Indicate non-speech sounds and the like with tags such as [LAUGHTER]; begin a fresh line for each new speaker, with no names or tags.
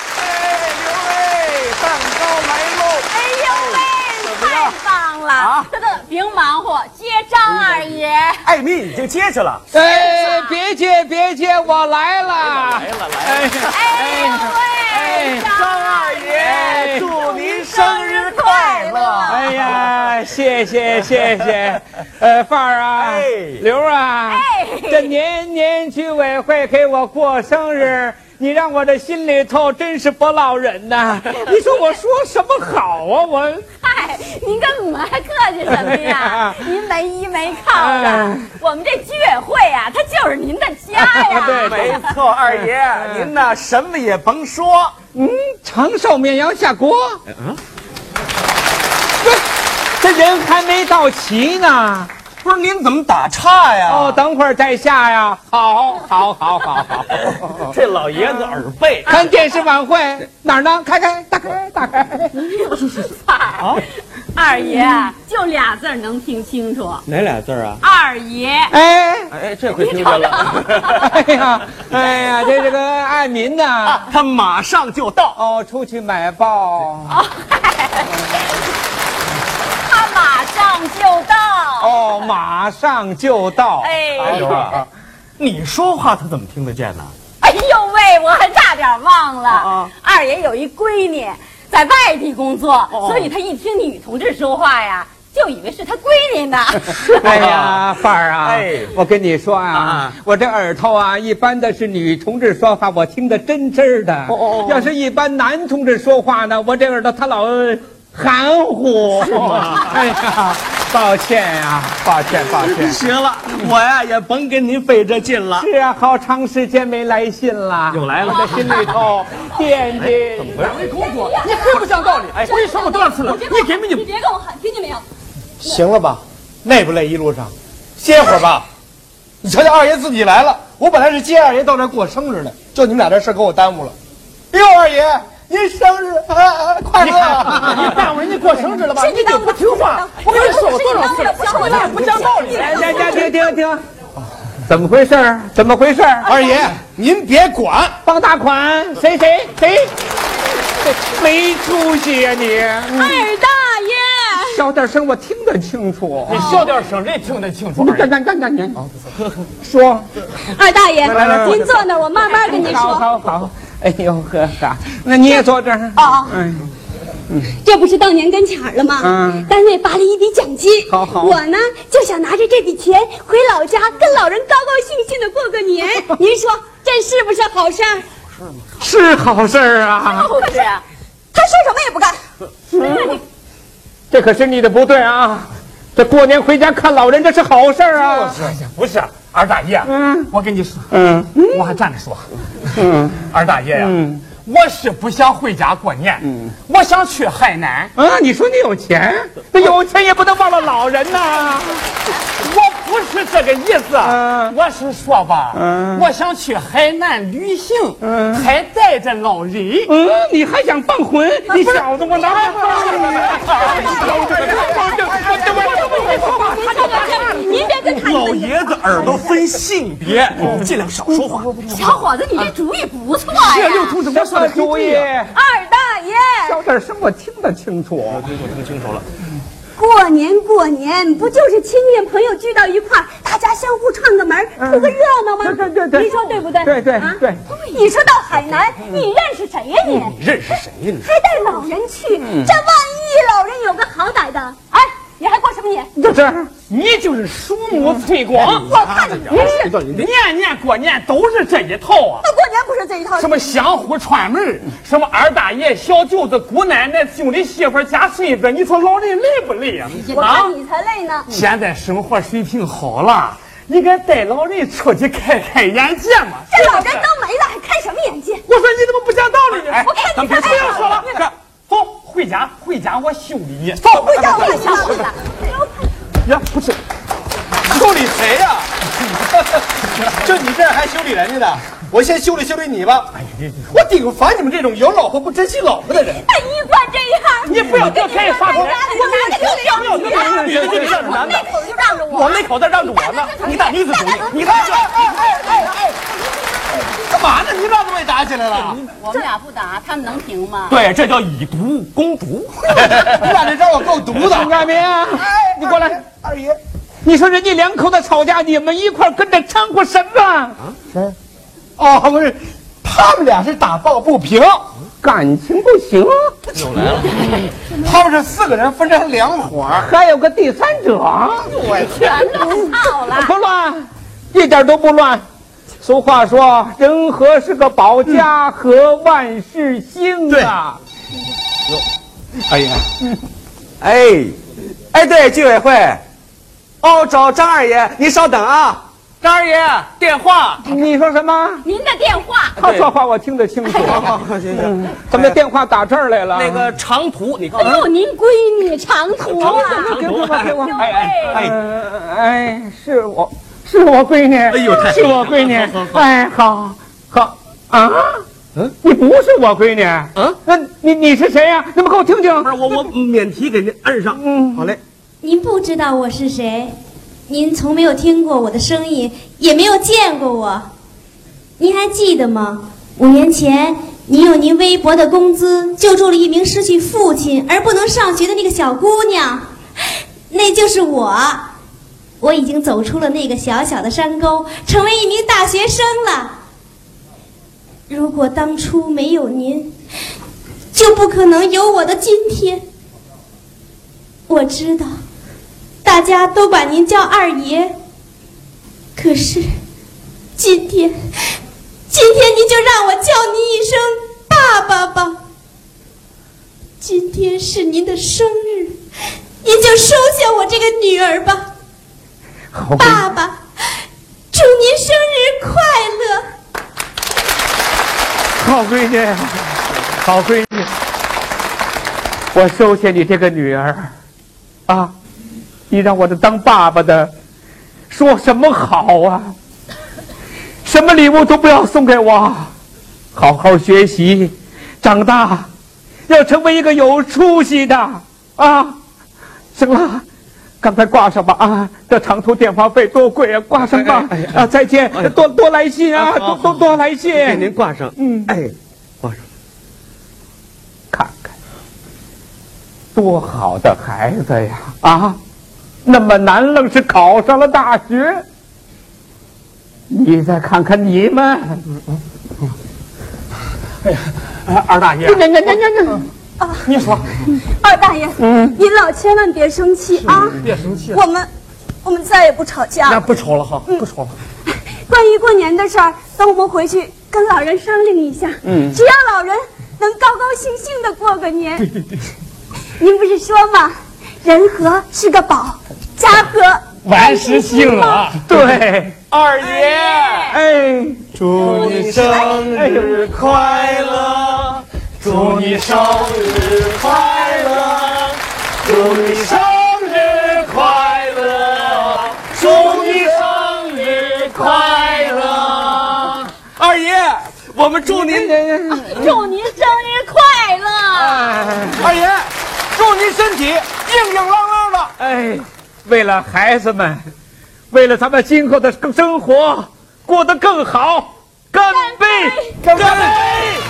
哎
哎
二爷，
艾米已经接去了。
哎，别接别接，我来了！
了来了，
哎呦喂，
张二爷，祝您生日快乐！
哎呀，谢谢谢谢，呃，范儿啊
哎，
刘啊，
哎
这年年居委会给我过生日，你让我这心里头真是不落忍呐！你说我说什么好啊？我
嗨，您跟我们还客气什么呀？您没依没靠的
哎，
我们这居委会呀，它就是您的家呀。
哎
对
没错，二爷，您呢什么也甭说，
嗯，长寿面要下锅。嗯，这人还没到齐呢。
不是您怎么打岔呀？
啊
哦，等会儿再下呀。好，好，好，好，好。
这老爷子耳背，
看电视晚会哪儿呢？开开，打开，打开。
二爷就俩字儿能听清楚，
哪俩字啊？
二爷。
哎，
哎，这回听见了，
[LAUGHS] 哎呀，哎呀，这这个爱民呐，
他马上就到。
哦，出去买报。
啊
哦，嗨他马上就到。
哦，马上就到。
哎
刘啊，你说话他怎么听得见呢？
哎呦喂，我还差点忘了，
啊
二爷有一闺女在外地工作，所以他一听女同志说话呀，就以为是他闺女呢。
哎呀，范儿啊，
哎
我跟你说啊
啊，
我这耳朵啊，一般的是女同志说话，我听得真真儿的。
哦哦哦
要是一般男同志说话呢，我这耳朵他老呃含糊。哎呀，抱歉呀、抱歉，抱歉。
行了，我呀也甭跟您费这劲了。
是啊，好长时间没来信了，
又来了
我的心里头惦记。
没工作，你很不讲道理！哎，我跟你说过多少次了，你给没你
你别跟我喊，听见没有？
行了吧？累不累？一路上，歇会儿吧。你瞧瞧，二爷自己来了。我本来是接二爷到这儿过生日的，就你们俩这事儿给我耽误了。哟，二爷，您生日啊啊快乐！你耽误人家过生日了吧？你就不听话！我跟你说过多少次了，我怎么不讲道理？
来来来，哎停停哎停，怎么回事儿？怎么回事儿？
二爷，您别管，
傍大款，谁谁谁，没出息呀、你！
二大爷，
小点声，我听得清楚。
你小点声，谁听得清楚
哦你干干干干你，哦说，
二大爷
来来，
您坐那儿，我慢慢跟您
好
说。
好好。哎呦呵呵，那你也坐这儿。
哦
哎，
这不是到年跟前儿了吗？
嗯
单位发了一笔奖金，
好好
我呢就想拿着这笔钱回老家跟老人高高兴兴的过个
[LAUGHS]
年。您说这是不是好事儿？
是好事儿啊，
就是，
他说什么也不干。
嗯这可是你的不对啊。这过年回家看老人，这是好事儿啊。
不是二大爷，啊我跟你说，
嗯
我还站着说。
嗯
二大爷呀、啊
嗯
我是不想回家过年，我想去海南，
啊，你说你有钱，那有钱也不能忘了老人呐。
我不是这个意思，
嗯
我是说吧，
嗯
我想去海南旅行，
嗯
还带着老人。
嗯，你还想放魂？
啊
你小子，我拿不
您别跟他
老爷子耳朵分性别，
嗯
尽量少说话。
小伙子，你这主意不错呀。
出什么主意？
啊
二大爷，
小点声，我听得清楚。
过年过年不就是亲戚朋友聚到一块儿，大家相互串个门儿，图个热闹吗？
嗯对对对
您说对不对？
对对对。嗯
你说到海南，你认识谁呀、你？哎
认识谁嗯呀你？嗯
还带老人去，这万一老人有个好歹的，哎，你还过什么年？
就这样，
你就是鼠目寸光，
我看你不是，
年年过年都是这一套啊！
那过年不是这一套
什。么相互串门，什么二大爷、小舅子、姑奶奶、兄弟媳妇儿加孙子，你说老人累不累呀、
我
啊
看你才累
嗯
呢。
现在生活水平好了，应该带老人出去开开眼界嘛。
这老人都没了，还开什么眼界？
我说你怎么不讲道理呢？
我看
哎
你
咱别
太
不要说了，哎走，回家，回家，我修理你。走，
不叫我小伙子，哎呦
呀，不是，
修理谁呀、就你这样还修理人家呢？我先修理修理你吧。我顶烦你们这种有老婆不珍惜老婆的人。
他一贯这样，
你不要这开发
我
财，
拿着
不要
就
这
让
样，
你
你这样是男的，
那口就让着我。
我那口子让着我呢，你大女子主义，你看这。
干嘛呢？你们俩怎么也打起来了？
我们俩不打，他们能停吗？
对，这叫以毒攻毒。
你俩这招我够毒的。
哎
啊
哎
董爱民，你过来。
二爷，
你说人家两口子吵架，你们一块儿跟着掺和什么？
哦，不是，他们俩是打抱不平，
感情不行，
他们是四个人分成两伙儿。
还有个第三者，
全乱套了。
不乱，一点都不乱。俗话说，人和是个宝，
嗯
家和万事兴啊。
哎呀，
哎，哎，对，居委会，哦，找张二爷，您稍等啊，张二爷，电
啊
话。
你说什么？
您的电话
他说话我听得清楚。嗯
好好，行行，
怎么电话打这儿来了？
那个长途，你看
哎
哦
呦，您闺女长途啊，
给我，给我，给我。
哎哎哎，
呃哎，是我，是我闺女。哎
呦太
是我闺女。哎，好，好啊。嗯，你不是我闺女。嗯，那你你是谁呀？你们给我听听。
不是哎我，我免提给您摁上。嗯，好嘞。
您不知道我是谁，您从没有听过我的声音，也没有见过我。您还记得吗？五年前，您用您微薄的工资救助了一名失去父亲而不能上学的那个小姑娘，那就是我。我已经走出了那个小小的山沟，成为一名大学生了。如果当初没有您，就不可能有我的今天。我知道，大家都管您叫二爷。可是，今天，今天您就让我叫您一声爸爸吧。今天是您的生日，您就收下我这个女儿吧，爸爸。祝您生日快乐！
好闺女，好闺女，我收下你这个女儿，啊，你让我这当爸爸的，说什么好啊？什么礼物都不要送给我，好好学习，长大，要成为一个有出息的啊！行了，赶快挂上吧啊！这长途电话费多贵啊，挂上吧
哎哎
啊！再见，多多来信啊，
哎好
多
好
多多来信。
给您挂上。
嗯
哎，挂上。
看看，多好的孩子呀！啊，那么难愣是考上了大学。你再看看你们，
哎二大爷，
那那那那那，
你说
二大爷，您老千万别生气啊！
嗯别生气，
我们，我们再也不吵架
那
了。
不愁了哈，不愁了。
关于过年的事儿，等我们回去跟老人商量一下。嗯，只要老人能高高兴兴的过个年。
[LAUGHS]
您不是说吗？人和是个宝，家和
完事兴了啊。
对，
二爷，
哎，
祝你生日快乐，祝你生日快乐，祝你生日快乐，祝你生日快乐。
二爷，我们祝您，
祝您生日快乐！
二爷，祝您身体硬硬朗朗的。
哎，为了孩子们，为了咱们今后的生活过得更好，干杯！
干杯！